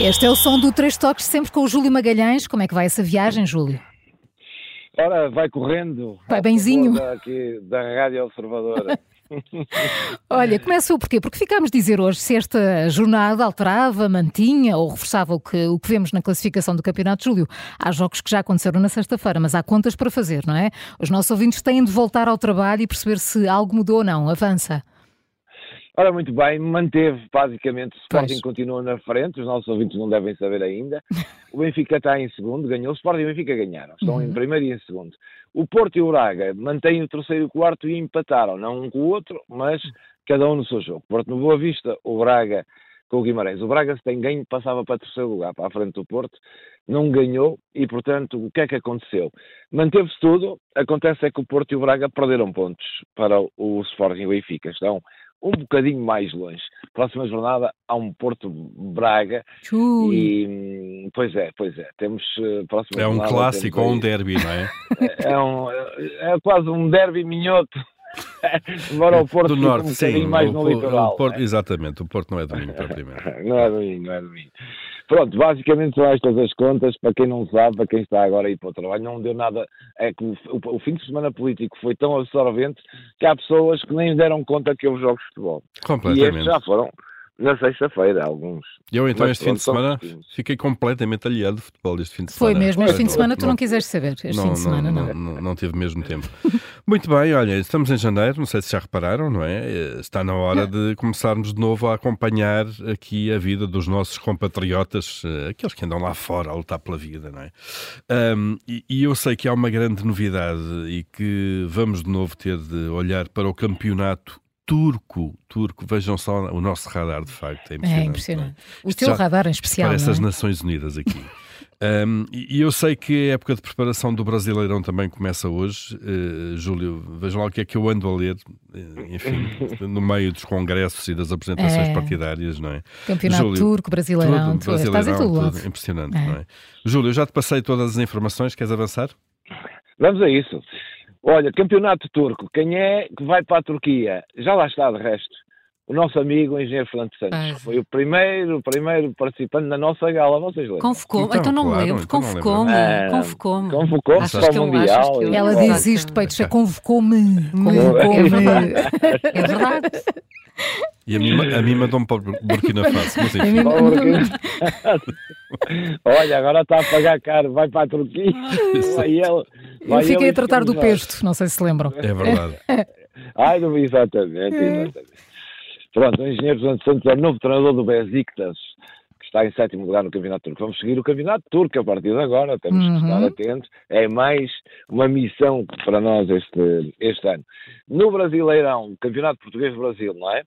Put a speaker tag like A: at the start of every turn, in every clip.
A: Este é o som do Três Toques, sempre com o Júlio Magalhães. Como é que vai essa viagem, Júlio?
B: Ora, vai correndo.
A: Vai benzinho.
B: Ao favor da- Aqui da Rádio Observadora.
C: É.
A: Olha, começou porquê? Porque ficámos a dizer hoje se esta jornada alterava, mantinha ou reforçava o que, o que vemos na classificação do Campeonato de Julho. Há jogos que já aconteceram na sexta-feira, mas há contas para fazer, não é? Os nossos ouvintes têm de voltar ao trabalho e perceber se algo mudou ou não. Avança.
B: Ora, muito bem, manteve basicamente. O
A: Pois.
B: Sporting continua na frente, os nossos ouvintes não devem saber ainda. O Benfica está em segundo, ganhou. O Sporting e o Benfica ganharam. Estão em primeiro e em segundo. O Porto e o Braga mantêm o terceiro e o quarto e empataram. Não um com o outro, mas cada um no seu jogo. Porto no Boa Vista, o Braga com o Guimarães. O Braga, se tem ganho, passava para terceiro lugar, para a frente do Porto. Não ganhou e, portanto, o que é que aconteceu? Manteve-se tudo. Acontece é que o Porto e o Braga perderam pontos para o- o Sporting e o Benfica. Estão um bocadinho mais longe. Próxima jornada há um Porto-Braga
A: Júlio.
B: e, hum, pois é, pois é. Temos eh, próxima
C: É um
B: jornada,
C: clássico
B: temos
C: ou
B: aí-
C: um derby, não é?
B: é, um, é quase um derby minhoto. Embora o Porto
C: do
B: fique
C: norte,
B: um
C: sim.
B: bocadinho mais
C: o
B: no
C: Po-
B: litoral.
C: o Porto-
B: né?
C: Exatamente, o Porto não é domingo propriamente.
B: Não é ruim, não é ruim. Pronto, basicamente são estas as contas. Para quem não sabe, para quem está agora aí para o trabalho, não deu nada. É que o, o- o fim de semana político foi tão absorvente que há pessoas que nem deram conta que houve jogos de futebol. E estes
C: Completamente.
B: já foram na sexta-feira, alguns.
C: Eu então
B: Mas
C: este fim de
B: pronto,
C: semana
B: são pouquinhos.
C: fiquei completamente aliado de futebol este fim de
A: Foi
C: semana.
A: mesmo, este fim de
C: Não-
A: semana tu não quiseste saber. Este fim de semana não.
C: Não, é não, não tive mesmo tempo. Muito bem, olha, estamos em janeiro, não sei se já repararam, não é? Eh, Está na hora de começarmos de novo a acompanhar aqui a vida dos nossos compatriotas, eh, aqueles que andam lá fora a lutar pela vida, não é? Ahm, e, e eu sei que há uma grande novidade e que vamos de novo ter de olhar para o campeonato turco. Turco, vejam só o nosso radar, de facto, é impressionante.
A: É
C: não
A: impressionante. O
C: Isto
A: teu
C: já
A: radar em especial.
C: Parece
A: não é?
C: as Nações Unidas aqui. Um, e e eu sei que a época de preparação do Brasileirão também começa hoje. Eh, Júlio, vejam lá o que é que eu ando a ler, eh, enfim, no meio dos congressos e das apresentações
A: É.
C: partidárias, não é?
A: Campeonato
C: Júlio,
A: turco, brasileirão,
C: Tudo,
A: tu estás em
C: Brasileirão,
A: todo lado.
C: tudo. Impressionante,
A: É.
C: não é? Júlio, eu já te passei todas as informações, queres avançar?
B: Vamos a isso. Olha, campeonato turco. Quem é que vai para a Turquia? Já lá está, de resto. O nosso amigo, o engenheiro Fernando Santos.
A: Ah.
D: Pois.
B: Foi o primeiro, o primeiro participante na nossa gala, vocês lembram?
D: Convocou-me,
C: Então,
D: então, não
C: claro,
D: lembro,
C: então não
D: convocou-me,
B: lembro. Ah,
D: convocou-me.
B: Convocou-se
C: Achas
B: para o
D: que eu- achas
B: Mundial.
D: que eu-
B: e-
A: Ela
D: Olha.
A: diz isto, peito, já convocou-me.
D: É
A: Convocou-me.
D: verdade. É verdade.
C: E a mim, a mim mandou-me para o Burkina Faso, mas
A: A
C: enfim.
A: mim-
B: Olha, Olha, agora está a pagar caro, vai para a Turquia. Vai ele,
A: Ah. Eu
B: vai ele
A: fiquei
B: e
A: a tratar do
B: todos nós.
A: pesto, não sei se lembram.
C: É verdade.
B: Ai, não, exatamente,
D: É.
B: exatamente. Pronto, o engenheiro Fernando Santos é o novo treinador do Besiktas, que está em sétimo lugar no Campeonato Turco. Vamos seguir o Campeonato Turco a partir de agora, temos que estar
A: Uhum.
B: atentos. É mais uma missão para nós este, este ano. No Brasileirão, o Campeonato Português do Brasil, não é?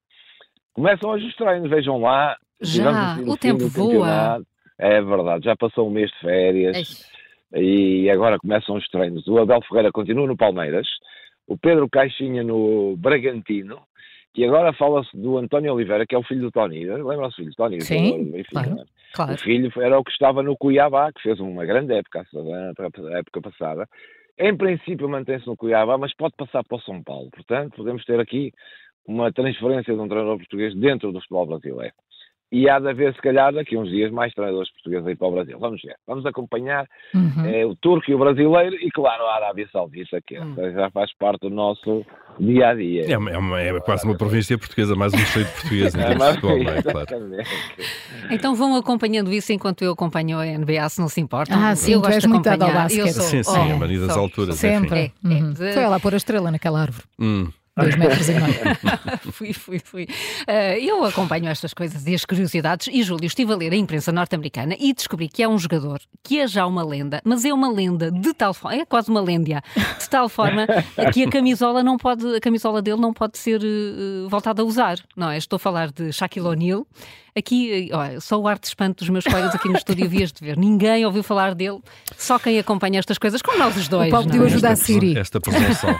B: Começam hoje os treinos, vejam lá. Tivemos
D: Já,
B: assim no
D: o
B: fim
D: tempo
B: do
D: voa. É
B: campeonato. É verdade, já passou um mês de férias
D: Ei,
B: e agora começam os treinos. O Abel Ferreira continua no Palmeiras, o Pedro Caixinha no Bragantino, e agora fala-se do António Oliveira, que é o filho do Tony. Lembram-se do filho do Tony?
A: Sim,
B: Do Benfica,
A: claro,
B: né?
A: Claro.
B: O filho era o que estava no Cuiabá, que fez uma grande época, a época passada. Em princípio mantém-se no Cuiabá, mas pode passar para o São Paulo. Portanto, podemos ter aqui uma transferência de um treinador português dentro do futebol brasileiro. E há de haver, se calhar, daqui a uns dias, mais treinadores portugueses aí para o Brasil. Vamos ver. Vamos acompanhar
A: Uhum.
B: é, o turco e o brasileiro e, claro, a Arábia Saudita, que essa já faz parte do nosso dia a dia.
C: É, uma- é uma- é quase uma província portuguesa, mais um cheio de português, em
B: É
C: termos de
B: uma-
C: futebol, não é? Claro.
B: Exatamente.
D: Então vão acompanhando isso enquanto eu acompanho a NBA, se não se importam.
A: Ah, sim,
D: eu
A: tu
D: gosto
A: és
D: de
A: muito dada ao
D: acompanhar.
A: basquete.
D: Eu sou,
C: Sim, sim,
D: oh,
C: a mania das
D: sou-
C: alturas,
A: Sempre.
D: É, é.
A: Uhum.
D: De-
A: Foi lá pôr a estrela naquela árvore.
C: Hum.
A: Dois metros e meio.
D: fui, fui, fui. Ah, eu acompanho estas coisas e as curiosidades. E, Júlio, estive a ler a imprensa norte-americana e descobri que há um jogador que é já uma lenda, mas é uma lenda de tal forma, é quase uma lêndia, de tal forma que a camisola não pode, a camisola dele não pode ser eh, voltada a usar, não é? Estou a falar de Shaquille O'Neal, Aqui, olha, só o ar de espanto dos meus colegas aqui no estúdio vias de ver. Ninguém ouviu falar dele, só quem acompanha estas coisas, como nós os dois.
A: O Paulo
D: não
A: pediu
D: é?
A: ajuda ajuda a Siri.
C: Esta presunção.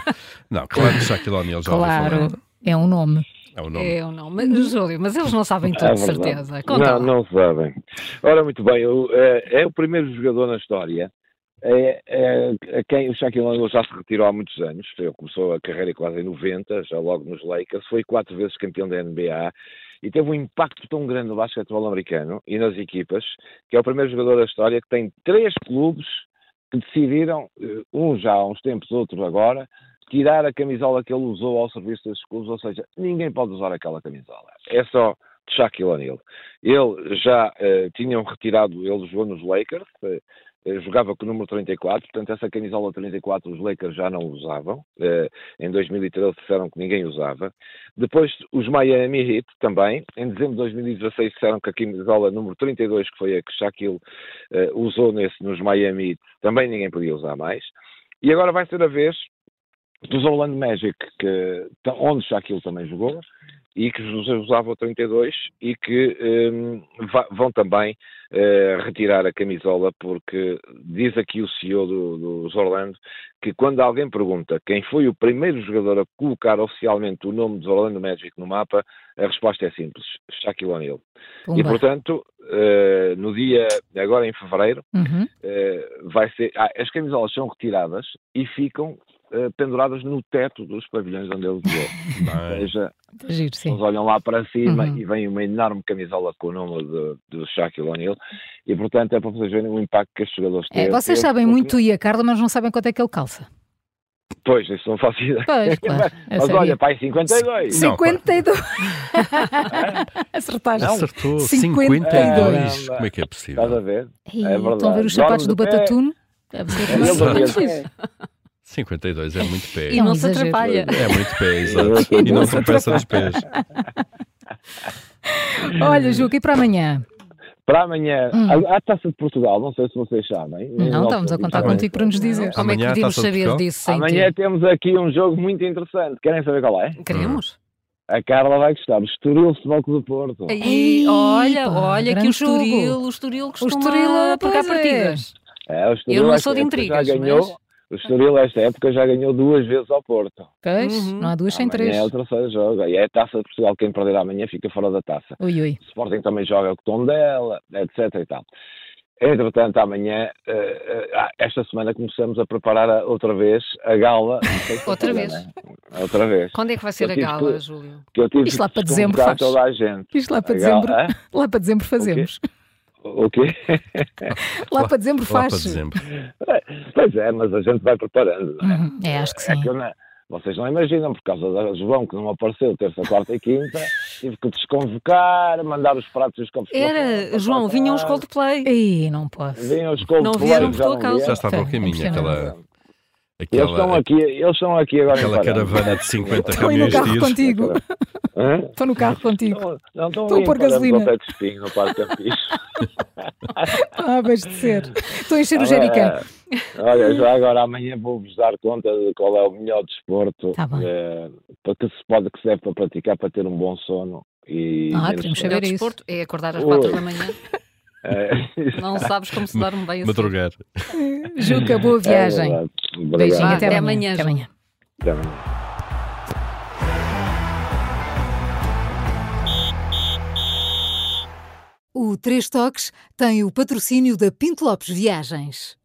C: não, claro que Shaquille O'Neal já ouviu
D: Claro,
C: falar.
A: É um nome.
C: É o nome.
D: eu não, mas, Júlio, mas eles não sabem tudo,
B: É
D: de
B: verdade.
D: certeza.
B: não,
D: Conta lá.
B: não sabem. Ora, muito bem, o, eh, é, o primeiro jogador na história eh, eh, a quem o Shaquille O'Neal já se retirou há muitos anos. Ele começou a carreira quase em 90, já logo nos Lakers, foi quatro vezes campeão da NBA e teve um impacto tão grande no basquetebol americano e nas equipas que é o primeiro jogador da história que tem três clubes que decidiram, eh, um já há uns tempos, outro agora, tirar a camisola que ele usou ao serviço desses clubes, ou seja, ninguém pode usar aquela camisola. É só de Shaquille O'Neal. Ele já eh, tinham retirado, ele jogou nos Lakers, eh, eh, jogava com o número 34, portanto essa camisola 34 os Lakers já não usavam, eh, em 2013 disseram que ninguém usava. Depois os Miami Heat também, em dezembro de 2016 disseram que a camisola número 32, que foi a que Shaquille eh, usou nesse, nos Miami Heat, também ninguém podia usar mais. E agora vai ser a vez dos Orlando Magic, que, ta- onde Shaquille também jogou, e que José usava o 32 e que hum, va- vão também eh, retirar a camisola, porque diz aqui o CEO do- dos Orlando que quando alguém pergunta quem foi o primeiro jogador a colocar oficialmente o nome dos Orlando Magic no mapa, a resposta é simples, Shaquille O'Neal. E
A: Pumba.
B: portanto, eh, no dia, agora em fevereiro,
A: Uhum.
B: eh, vai ser. ah, as camisolas são retiradas e ficam eh, penduradas no teto dos pavilhões onde ele jogou. Ou
C: Bem,
B: seja,
A: Giro, sim.
B: eles olham lá para cima
A: Uhum.
B: e vem uma enorme camisola com o nome do, do Shaquille O'Neal e, portanto, é para vocês verem o impacto que estes jogadores têm.
A: É, vocês sabem muito tu e a Carla, mas não sabem quanto é que ele calça.
B: Pois, isso não faço ideia.
A: Pois, claro. eu
B: Mas
A: sabia.
B: olha, pai, 52.
C: Não,
A: 52. Acertaste.
C: Acertou
A: 52.
C: 52. Como é que é
B: Estás a
C: possível?
B: ver?
A: Ei,
B: É verdade. É
A: Estão a ver os sapatos do
B: Dorme de pé.
A: Batatune? Deve ser
B: Ele
A: mais-
B: dormia-
A: mais-
C: 52 é muito pé.
D: E não,
A: Não,
D: se
A: exagero.
D: atrapalha.
C: É muito pé, exato. E não tropeça nos pés.
A: Olha, Juca, e para amanhã?
B: Para amanhã,
A: Hum.
B: a, a Taça de Portugal, não sei se vocês sabem. em
A: Não, estamos a contar
B: 1923.
A: contigo para nos dizer.
D: Como é que
C: Amanhã a
D: podíamos
C: Taça de
D: saber
C: Portugal?
D: disso sem
B: Amanhã
D: ti?
B: temos aqui um jogo muito interessante. Querem saber qual é?
D: Queremos?
B: A Carla vai gostar. Estoril Futebol Clube do Porto.
D: Aí,
A: Ei,
D: olha,
A: pá,
D: olha que
A: grande
D: o Estoril,
A: jogo.
D: o Estoril costuma
A: Estoril,
D: pegar
A: pois é.
D: partidas.
B: É, o Estoril
D: Eu não
B: esta
D: sou de
B: época
D: intrigas,
B: já ganhou,
D: mas-
B: O Estoril esta época já ganhou duas vezes ao Porto.
A: Pois,
D: Uhum.
A: não há duas sem
B: Amanhã
A: três.
B: É o terceiro jogo. E é a Taça de Portugal. Quem perder amanhã fica fora da taça.
A: Ui, ui.
B: O Sporting também joga com o Tondela, etc e tal. Entretanto, amanhã, eh, eh, ah, esta semana começamos a preparar a- outra vez a gala.
D: Outra vez.
B: Né? Outra vez.
D: Quando é que vai ser
B: Eu
D: a
B: tive
D: gala,
B: que-
D: Júlio?
B: Que eu tive
A: Isto lá
B: que
A: para dezembro
B: desconvocar
A: faz.
B: toda a gente.
A: Isto lá para
B: A gala-
A: dezembro,
B: Hã?
A: lá para dezembro fazemos.
B: O quê?
A: Lá para dezembro
C: Lá
A: faz.
C: para dezembro.
B: Pois é, mas a gente vai preparando. não é?
A: Uhum, É, acho que
B: É
A: sim.
B: que eu não- vocês não imaginam, por causa da João, que não apareceu terça, quarta e quinta, tive que desconvocar, mandar os pratos e os copos.
D: Era, João, vinham os Coldplay.
A: Ei, não posso.
B: Vinham os copos.
D: Não vieram por
B: já
D: tua
B: não
D: causa.
B: vieram.
C: Já estava ao caminho aquela.
B: Eles estão
C: Aquela,
B: aqui, eles estão aqui agora. em
C: aquela
B: Paranhos.
C: caravana de 50
A: Estão aí no
C: caminhões de
A: carro
C: tiros.
A: contigo.
B: Hã?
A: Estão no carro contigo.
B: Não, não estão
A: Estão
B: ali
A: a pôr
B: em Paranhos,
A: gasolina.
B: ao pé de Espinho, no Parque Campis.
A: Ah, vais de ser. Estou a encher o
B: Agora,
A: jericã.
B: Olha, já agora amanhã vou-vos dar conta de qual é o melhor desporto
A: Tá bem.
B: eh, para que se pode que se deve para praticar para ter um bom sono e
A: Ah,
B: menos
A: queremos
D: O melhor
A: Saber isso.
D: desporto é acordar às
B: Oi.
D: 4 da manhã.
B: É,
D: Não sabes como se dorme bem assim.
C: Madrugar.
A: Juca, boa viagem.
B: é verdade. Obrigado.
A: Beijinho,
D: Vá,
A: até,
D: até amanhã,
A: amanhã. Até
D: João.
A: amanhã.
B: Até amanhã.
A: O Três Toques tem o patrocínio da Pinto Lopes Viagens.